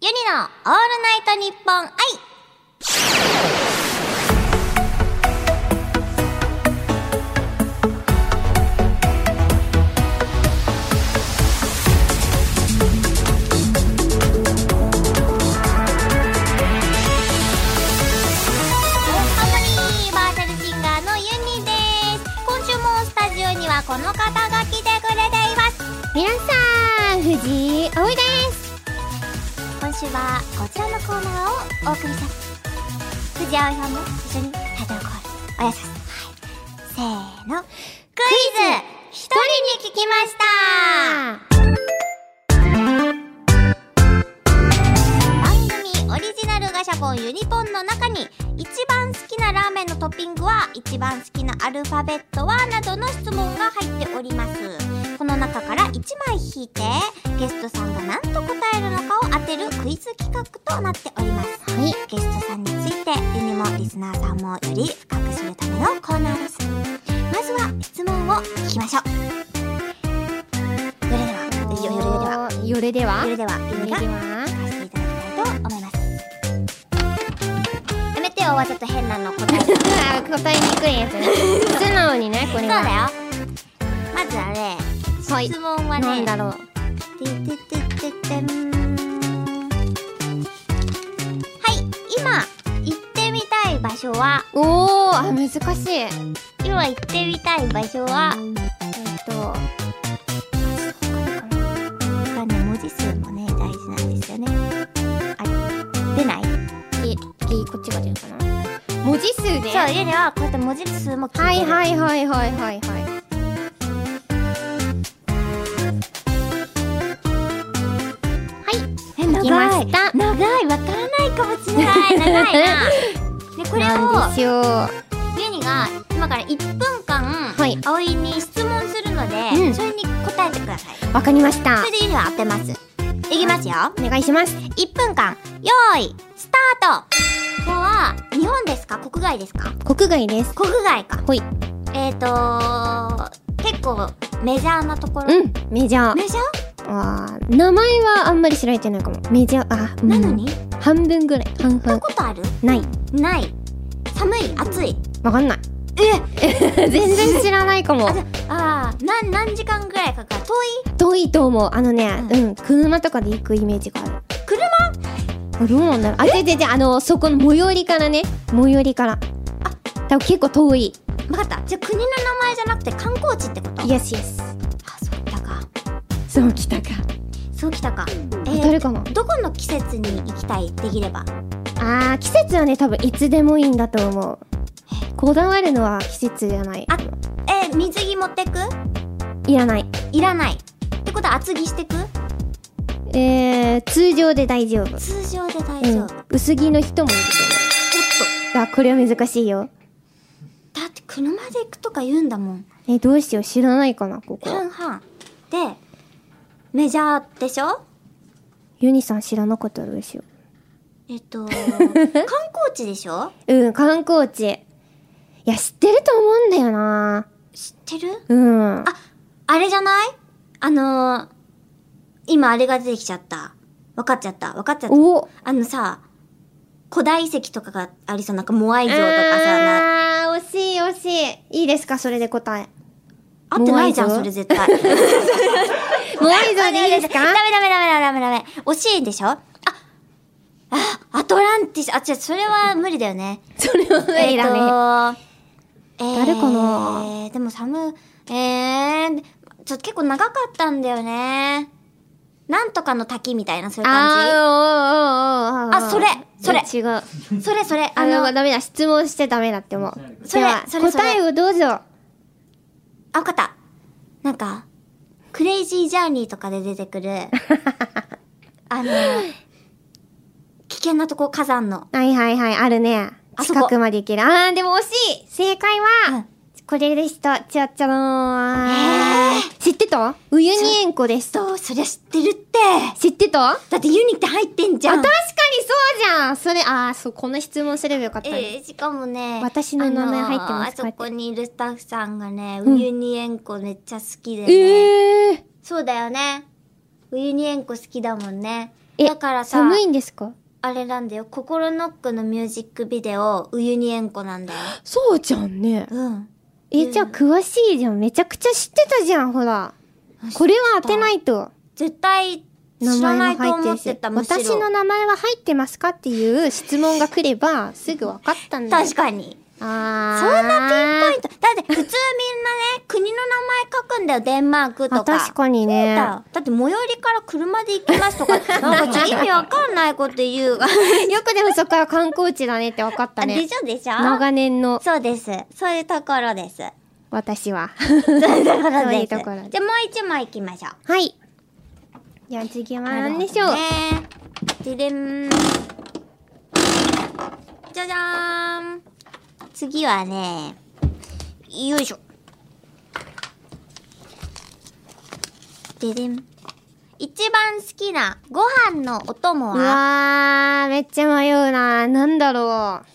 ユニのオールナイトニッポン愛ハモニーバーチャルシンガーのユニです今週もスタジオにはこの方が来てくれています皆さん藤井葵です今週はこちらのコーナーをお送りします藤井葵さんも一緒にタイトルコールお願いします、はい、せーのクイズ一人に聞きましたあ番組オリジナルガシャポンユニポンの中に一番好きなラーメンのトッピングは一番好きなアルファベットはなどの質問が入っておりますこの中から1枚引いてゲストさんが何と答えるのかを当てるクイズ企画となっておりますはいゲストさんについてユニもリスナーさんもより深く知るためのコーナーですまずは質問を聞きましょうよれではよよれではよれではよれではユよれニでがはさせていただきたいと思いますやめてよわざと変なの答え そうあ答えにくいやつ ね素直にねこれだよはまずはねはい質問はなんねだろうてててててんはい今行ってみたい場所はおーあ難しいえっ今行ってみたい場所はとあそうかなこれはね文字数もね大事なんですよねあれ出ないぎぎこっちが出るかな文字数そでうゆりはこうやって文字数も聞いてるはいはいはいはいはいはいえ長いきました長いわからないかもしれない長いな でこれなをんでしょうユニが今から1分間、はい葵に質問するので、うんそれに答えてくださいわかりましたそれでユニは当てますいきますよ、お願いします1分間よーいスタートここは日本ですか国外ですか国外です国外かほいえーとー結構メジャーなところ、うんメジャーメジャあー名前はあんまり知られてないかもメジャーあ、うーんなのに、行半分ぐらい半った々ことあるないない寒い暑いわかんないえ 全然知らないかもあじゃああーなん何時間ぐらいかかる遠い遠いと思うあのねううん、車とかで行くイメージがある車あどうなんだろうあででであのそこの最寄りからね最寄りからあ多分結構遠い分かったじゃあ国の名前じゃなくて観光地ってことイエスイエスあそうきたかそうきたかそうきたかえ当たるー、かもどこの季節に行きたいできればあー季節はね多分いつでもいいんだと思うこだわるのは季節じゃないあえー、水着持ってくいらないいらないってことは厚着してくえー、通常で大丈夫通常で大う丈夫、んおっと、薄着の人もいるけどあこれは難しいよだって車で行くとか言うんだもんえどうしよう知らないかなここ半々でメジャーでしょユニさん知らなかったらどうしよえっ と観光地でしょううん観光地いや知ってると思うんだよな知ってるうんああ、あれじゃないあのー、今あれが出てきちゃった。分かっちゃった。分かっちゃった。おあのさ、古代遺跡とかがありそう、なんかモアイ像とかさ、なあー惜しい惜しいいいですかそれで答え合ってないじゃん、モアイ像それ絶 対。ダメモアイ像でいいです ダメダかメダメダメダメダメ。惜しいでしょあ、あ、アトランティス、あ、違う、それは無理だよね。それは無理だね、ね。えー、誰かなでも寒い、えー、ちょっと結構長かったんだよね。なんとかの滝みたいな、そういう感あーおーおーおーおーあそれそれいや違うじ。それそれ、ああのの、ダメだ質問してダメだって思うそれではそれそれ答えをどうぞあ、わかった。なんか、クレイジージャーニーとかで出てく る、あの、危険なとこ、火山の。はいはいはい、あるね。あそこ近くまで行ける。あー、でも惜しい正解は、うんこれでした。ちゃっちゃのえ知ってたウユニ塩湖です。そう、そりゃ知ってるって。知ってたあ、だってユニって入ってんじゃ確んかに。そうじゃんそれ、あー、そう、こんな質問すればよかったね、えー、しかもね私の名前入ってますあのーあそこうこにいるスタッフさんがね、んウユニ塩湖めっちゃ好きでね、えーそうだよねウユニ塩湖好きだもんねえだからさ寒いんですかあれなんだよ心ノックのミュージックビデオウユニ塩湖なんだよそうじゃんねうんえ、じゃあ詳しいじゃん。めちゃくちゃ知ってたじゃん、ほら。これは当てないと。絶対名知らな前いとも入思っっててるたし。むしろ私の名前は入ってますかっていう質問が来れば、すぐ分かったんだよ。 確かにあーそんなピンポイントだって普通みんなね国の名前書くんだよデンマークとかあ確かにね。だよだって最寄りから車で行きますと かなんかちょっと意味わかんないこと言うがよくでもそこは観光地だねって分かったあでね。しょでしょ長年のそうですそういうところ です私は。そういうところそうでいうすところですじゃあもう一問行きましょうはい。じゃあ次は何でしょう、なるほどねででん。じゃじゃーん。次はね、よいしょ。ででん。一番好きなご飯のお供うはわー、めっちゃ迷うな。なんだろう。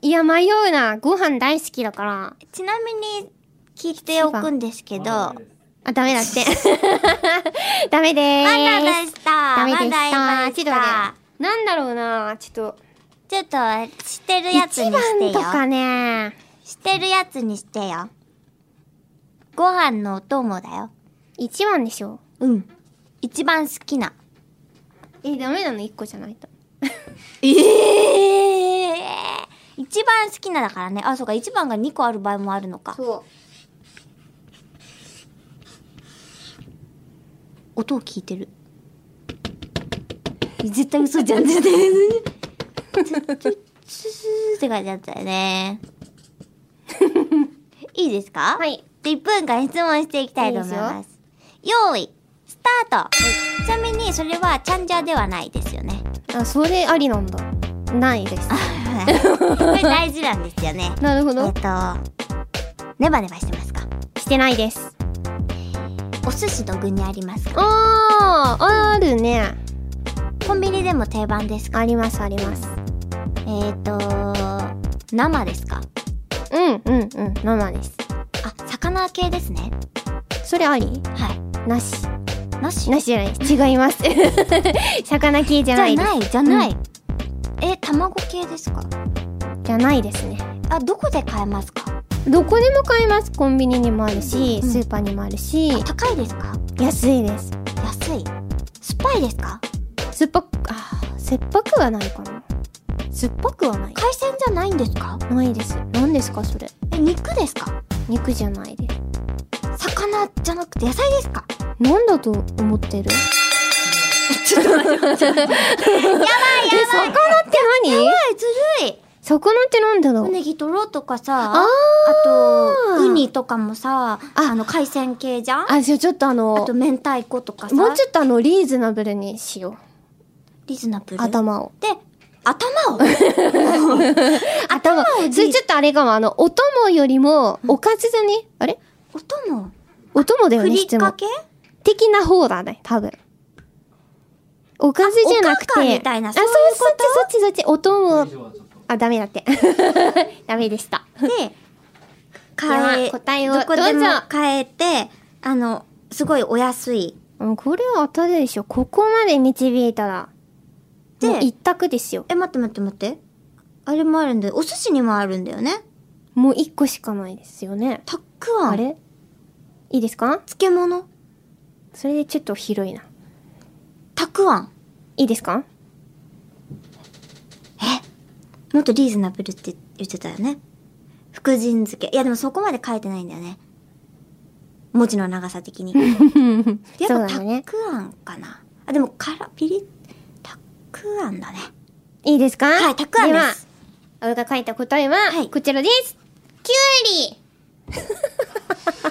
いや、迷うな。ご飯大好きだから。ちなみに聞いておくんですけど、まあ、ダメだ って。ダメでーす。だでした。ダメでまだ今でしした。ちょたっと待。ってなんだろうな。ちょっと。ちょっと知ってるやつ一にしてよ。番とかね。知ってるやつにしてよ。ご飯のお供だよ。一番でしょ。うん。一番好きな。え、ダメなの一個じゃないと。ええ一番好きなだからね。あ、そうか。一番が2個ある場合もあるのか。そう。音を聞いてる。絶対嘘じゃん。絶対嘘って書いてあったよね。いいですかはい。 1分間質問していきたいと思います。用意、スタート。ちなみにそれはチャンジャーではないですよね。 あ、それありなんだ。ないです。これ大事なんですよね。なるほえどっ。と、ネバネバしてますかしてないです。お寿司の具にありますかあー、あるね。コンビニでも定番ですかあります、あります。えっ、と、生ですかうん、うん、うん。ママです。あ、魚系ですね。それありはい。なし。なしなしじゃないです。違い ます。魚系じじゃゃなない、いです。じゃない。え、卵系ですかじゃないですね。あ、どこで買えますかどこでも買えます。コンビニにもあるし、うんスーパーにもあるし、高いですか安いです。安い。酸っぱいですか酸っぱく、あー、酸っぱくはないかな。酸っぱくはない。海鮮じゃないんですかないです。何ですか、それ。え、肉ですか肉じゃないです。魚じゃなくて野菜ですかなんだと思ってる ちょっと待って待って。やばいやばい。魚って何はい、ずるい。魚ってなんだろううねぎとろとかさ、ああーと、ウニとかもさ、あの、海鮮系じゃんああ、じゃあちょっとあのと、、明太子とかさ、もうちょっとあの、リーズナブルにしよリーズナブう。ル。頭を。で、 頭を頭を。それちょっとあれかも、あの、お供よりも、おかずだね。あれお供お供だよふね、り質か問。け的な方だね、多分。おかずじゃなくあおかかて。みたいなあ、そそうういう、そっちそっちそっち。お供。あ、ダメだって。 ダメでした。で、変でえ、は答えをどこでもどうぞ変えて、あの、すごいお安い。うんこれは当たるでしょ。ここまで導いたら。でもう一択ですよ。え、待って待って待って。あれもあるんだよ。お寿司にもあるんだよね。もう一個しかないですよね。たっくあん。あれいいですか漬物それでちょっと広いな。たくあん。いいですかもっとリーズナブルって言ってたよね。福神漬け。いやでもそこまで書いてないんだよね。文字の長さ的 に。やっそぱうだたね。くあんかな。あ、でもから、ピリッ、たくあんだね。いいですかはい、たくあんです。では、俺が書いた答えは、いこちらです。きゅうり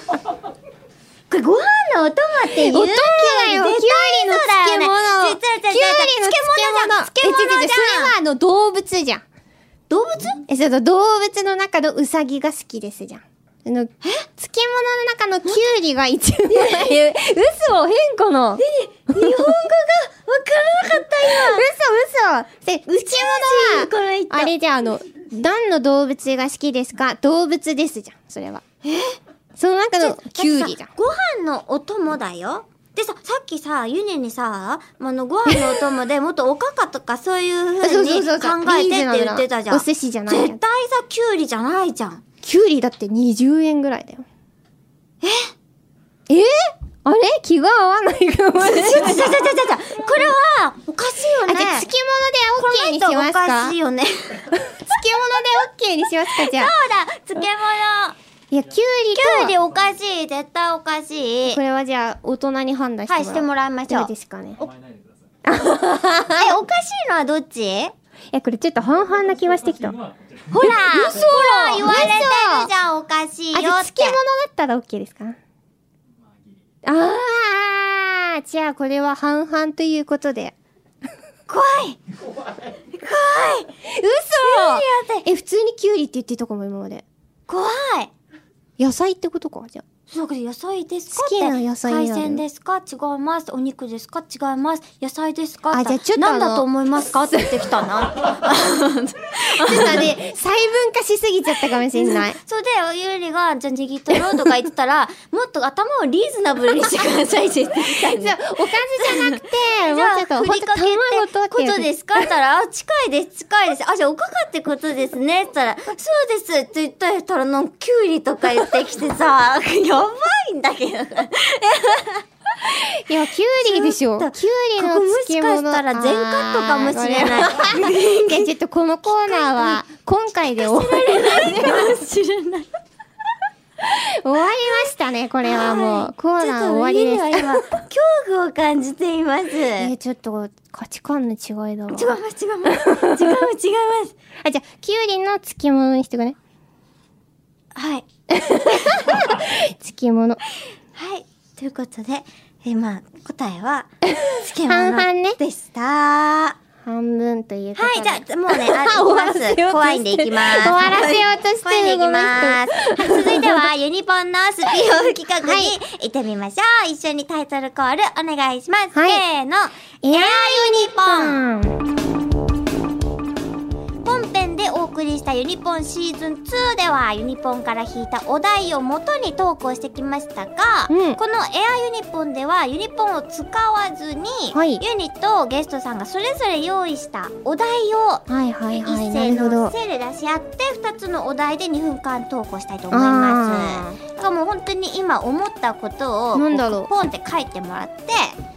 これご飯のお供って言うお供だよきゅうりの漬物絶対きゅうり漬の物じゃん漬物え違う違じゃうんそれはあの動物じゃん。動物え、ちょっと動物の中のウサギが好きですじゃん。あの、漬物の中のキュウリが一番。え嘘変かなえ、日本語がわからなかっ嘘嘘で、漬物た今は、から言った。あれじゃあ、あの、何の動物が好きですか動物ですじゃん、それは。えその中のキュウリじゃん。ご飯のお供だよ。で、でさ、さっきさ、ゆねにさ、あの、ご飯のお供でもっとおかかとかそういう風そうにそう考そうそうえてって言ってたじゃん。お寿絶司じゃない対やさつ、きゅうりじゃないじゃん。きゅうりだって20円ぐらいだよええあれ気が合わないかもしれないちょちょちょちょちょこれは、おかしいよあじゃねあ。漬物で OK にしますおかしかい漬よね。物で OK にし ますかじゃあそうだ、漬物。いやきゅうりきゅうとりおかしい。絶対おかしいこ。れはじゃあ大人に判断してもはらい、うしてもらいましょどううで。すかねえ、おかしいのはどっちいやこれちょっと半々な気はしてきたあじゃあほら、ほら、言われてるじゃん、おかしいよって漬。物だったら OK ですかああじゃあこれは半々ということで怖い。嘘え普通にきゅうりって言ってたかも今まで怖い。野菜ってことかじゃあそうか野菜ですか好きな野菜ってに海なる鮮ですか違いますお肉ですか違います野菜ですかあじゃあちょっとあなのんだと思いますかって言ってきたなちょっとね、細分化しすぎちゃったかもしんない。 そうでゆりがじゃあ握ったろうとか言ってたらもっと頭をリーズナブルにしてくださいって言ってきた そう、おかずじゃなくて、じゃあ、もふりかけっうちょっと、てこほん。とですすかって言ったら、あ、近いです、近いです。あ、じゃあ、おかかってことですね。って言ったら、そうですって言ったら、たらの、きゅうりとか言ってきてさ、 やばいんだけど。いや、きゅうりでしょ。ちょっときゅうりのここも漬しか物。したら全カットかもしれないあー。これいや、ちょっとこのコーナー は、今回で終わり、かもしれない。終わりましたね、これはも。はいうコーナー終わりでちす。ょっと家は今、恐怖を感じています。え違ー、いちょっと、価値観の違いだわ。ます、違います。違う、違います。あ、じゃあ、きゅうりの漬物にしてくね。はい。漬物。はい。ということで、えーまあ、答えは、漬半々ね物でした。半分ということはで。い、じゃあ、もうね、あ、いきま終わらせようす。として怖いんでいきます。終わらせようとしてる怖いんでいきます。はい、続いては、ユニポンのスピンオフ企画に行ってみましょう。一緒にタイトルコールお願いします。はいせーの。エアユエアユニポンン本編でお送りしたユニポンシーズン2ではユニポンから引いたお題を元にトークをしてきましたが、うんこのエアユニポンではユニポンを使わずに、はいユニとゲストさんがそれぞれ用意したお題をはいはいはい、一な斉るほど。のせいで出し合って2つのお題で2分間投稿したいと思いますだからもう本当に今思ったことをなんだろうポンって書いてもらって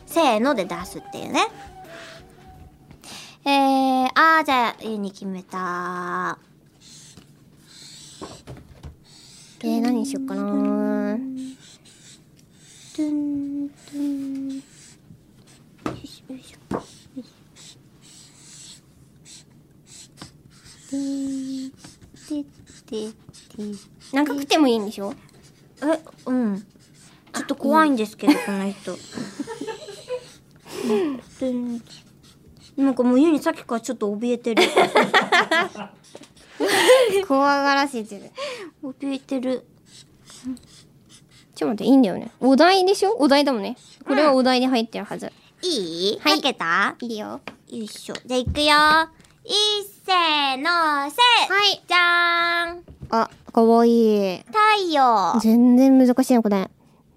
せーので出すっていうねえー、あーじゃあ家に決めたえー、何にしよっかなトゥントゥンよいしょよいしょよいしょでーででで長くてもいいんでしょえ、うん。ちょっと怖いんですけど、この人。うん なんかもうユニさっきからちょっと怯えてる。怖がらせてる。怯えてる。ちょっと待って、いいんだよね。お題でしょお題だもんね。これはお題に入ってるはず。いいはい書けたいいよ。よいしょ。じゃあいくよ。いっせーのせはいじゃーんあ、かわいい。太陽全然難しいな、これ。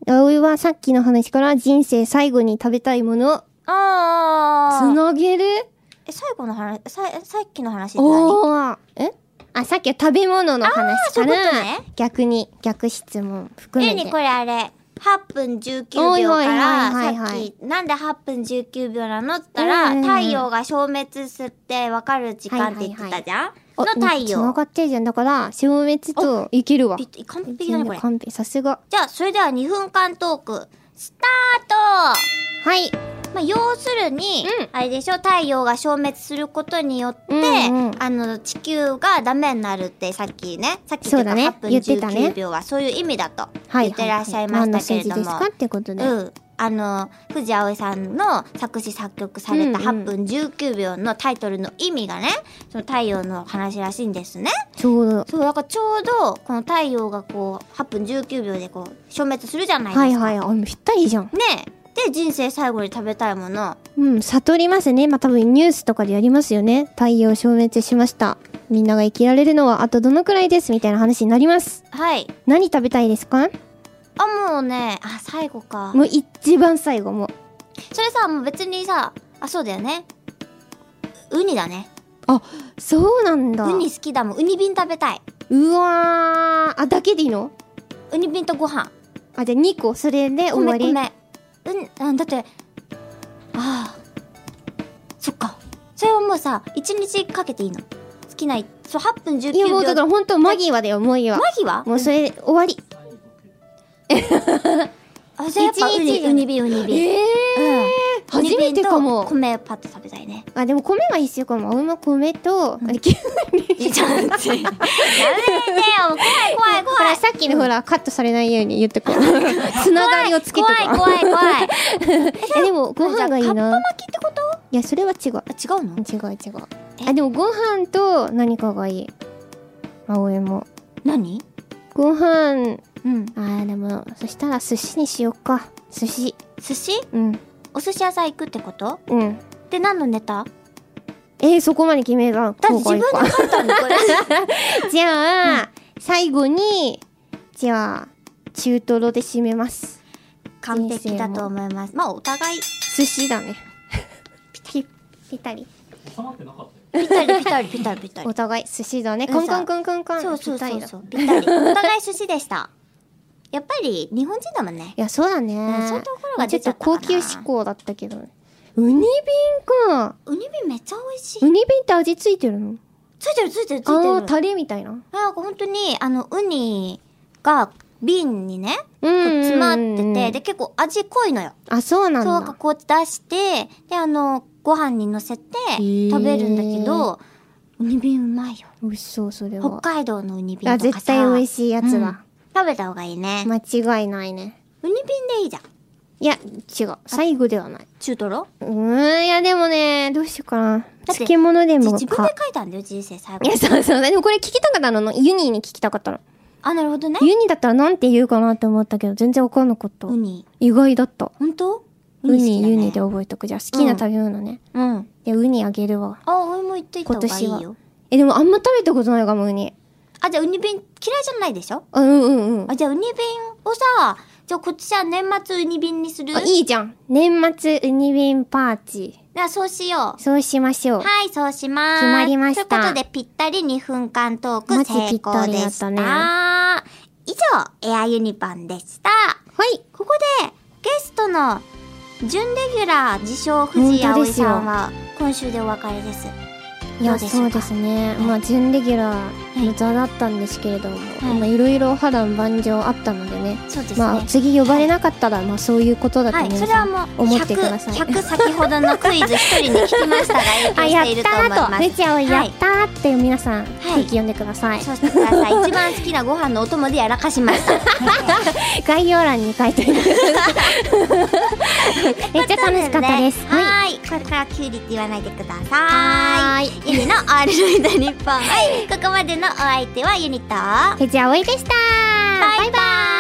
葵はさっきの話から人生最後に食べたいものをあつーなげるえ、最後の話、ささっきの話って何おーえあ、さっきは食べ物のあー話そうかいうこらとね、逆に、逆質問含ユめニてこ。れあれ。8分19おい秒おかいら、はいはいさっはいき、なんで8分19秒なのって言ったら、うんうんうん太陽が消滅すって分かる時間って言ってたじゃん、あの太つな陽。がってるじゃん。だから、消滅といけるわぴ。ったり完璧だね、これ。完璧。さすが。じゃあ、それでは2分間トーク、スタートはい。まあ、要するに、うんあれでしょ太陽が消滅することによって、うんうんあの地球がダメになるってさっきねさっきっていそううかだね8分言ってたね19秒はそういう意味だとは言い。ってらっしゃいましたけれども。何の数字ですかってことで。うん、あの藤葵さんの作詞作曲されたうんうん8分19秒のタイトルの意味がね、その太陽の話らしいんですね。ちょうど。そうだからちょうどこの太陽がこう8分19秒でこう消滅するじゃないですか。はいはい。あ、ぴったりじゃん。ねえで人生最後に食べたいものうん、悟りますね。まあ、多分ニュースとかでやりますよね。太陽消滅しました。みんなが生きられるのはあとどのくらいですみたいな話になります。はい何食べたいですかあもうねあ最後かもう一番最後もうそれさもう別にさあそうだよねウニだねそうなんだウニ好きだもんウニ便食べたいうわーあだけでいいのウニ便とご飯あじゃあ2個それで終わ米り米うんあだってああそっかそれはもうさ1日かけていいの好きなそう8分19いやも秒うだから本当間際だよもういいわマギはもうそれ終わりあじゃあやっぱウ一ニ日じゃウないニ便ウニ便、うえん初めてかもウニ便と米パッと食べたいねあでも米は一緒かもお芋米とあれき いゅやちょっとやめてよ怖い怖いほ怖らいさっきのほらカットされないように言っとこう つながりをつけとこう怖い怖い怖い えでもご飯がいいじゃあカッパな巻きってこといやそれは違うあ違うの違う違うえあでもご飯と何かがいい青芋何ご飯うんあーでもそしたら寿司にしよっか寿司寿司うんお寿司屋さん行くってことうんで何のネタえー、そこまで決めただって方自がい分いかで書いたんだこれじ ゃあ、最後にじゃあ中トロで締めます完璧だと思いますまあお互い寿 司だねピタピタリぴったりぴったりぴったりぴったりお互い寿司だねうんコンコンコンコンコンそうそうぴたそりうそうぴだったりお互い寿司でしたやっぱり日本人だもんねいやそうだうんねそういうところが出ちょっちゃとったかな高級志向だったけどウニ瓶かウニビめっちゃ美味しいウニ瓶って味ついてるのついてるついてるついてるああタレみたいななんか本当にあのウニが瓶にねうこうん詰まってて、うんうんで結構味濃いのよあそうなんそうかだこう出してであのご飯にのせてー食べるんだけど、ウニ瓶うまいよ美味しそうそれ北は海道のウニ瓶あとか絶さ対美味しいやつだ、食べた方がいいね、間違いないねウニ瓶でいいじゃんいや違う最後ではない中トロうーんいやでもねどうしようかなて漬物でも自分でか書いたんだよ人生最い後やそうそうでもこれ聞きたかったのあのユニに聞きたかったのあなるほどねユニだったらなんて言うかなって思ったけど全然わかんなかったウニ意外だった本当ウニ、好きだねユニで覚えとくじゃあ好きな食べ物ね、うんでウニあげるわあ俺も言っていた方がいい今年よえでもあんま食べたことないかもウニあじゃあウニ瓶嫌いじゃないでしょあうんうんうんあじゃあウニ瓶をさじゃあこっちじゃあ年末ウニ瓶にするあいいじゃん年末ウニビンパーチなそうしようそうしましょうはいそうします決まりましたということでぴったり2分間トークマジ成ぴった功りでだっしたたね以上エアユニパンでしたはいここでゲストの準レギュラー自称藤井本当葵ですよさんは今週でお別れですいどうやでしそょううかですねまあ準レギュラーの座だったんですけれども、まあいろいろ波乱万丈あったのでねそうですね、まあ次呼ばれなかったら、まあそういうことだとはい、皆それはさん、もう思ってください100 100先ほどのクイズ一人に聞きましたが影あ響しやていっるたと思いますーとめちゃおいやったーって皆さん、はい空気読んでくださいそうしてください。一番好きなご飯のお供でやらかしました。概要欄に書いてある ということね はめっちゃ楽しかったですはいーい。これからキュウリって言わないでください。はーユニのオールナイトニッポン。はい。ここまでのお相手はユニと。バイ藤井葵でしたバイ。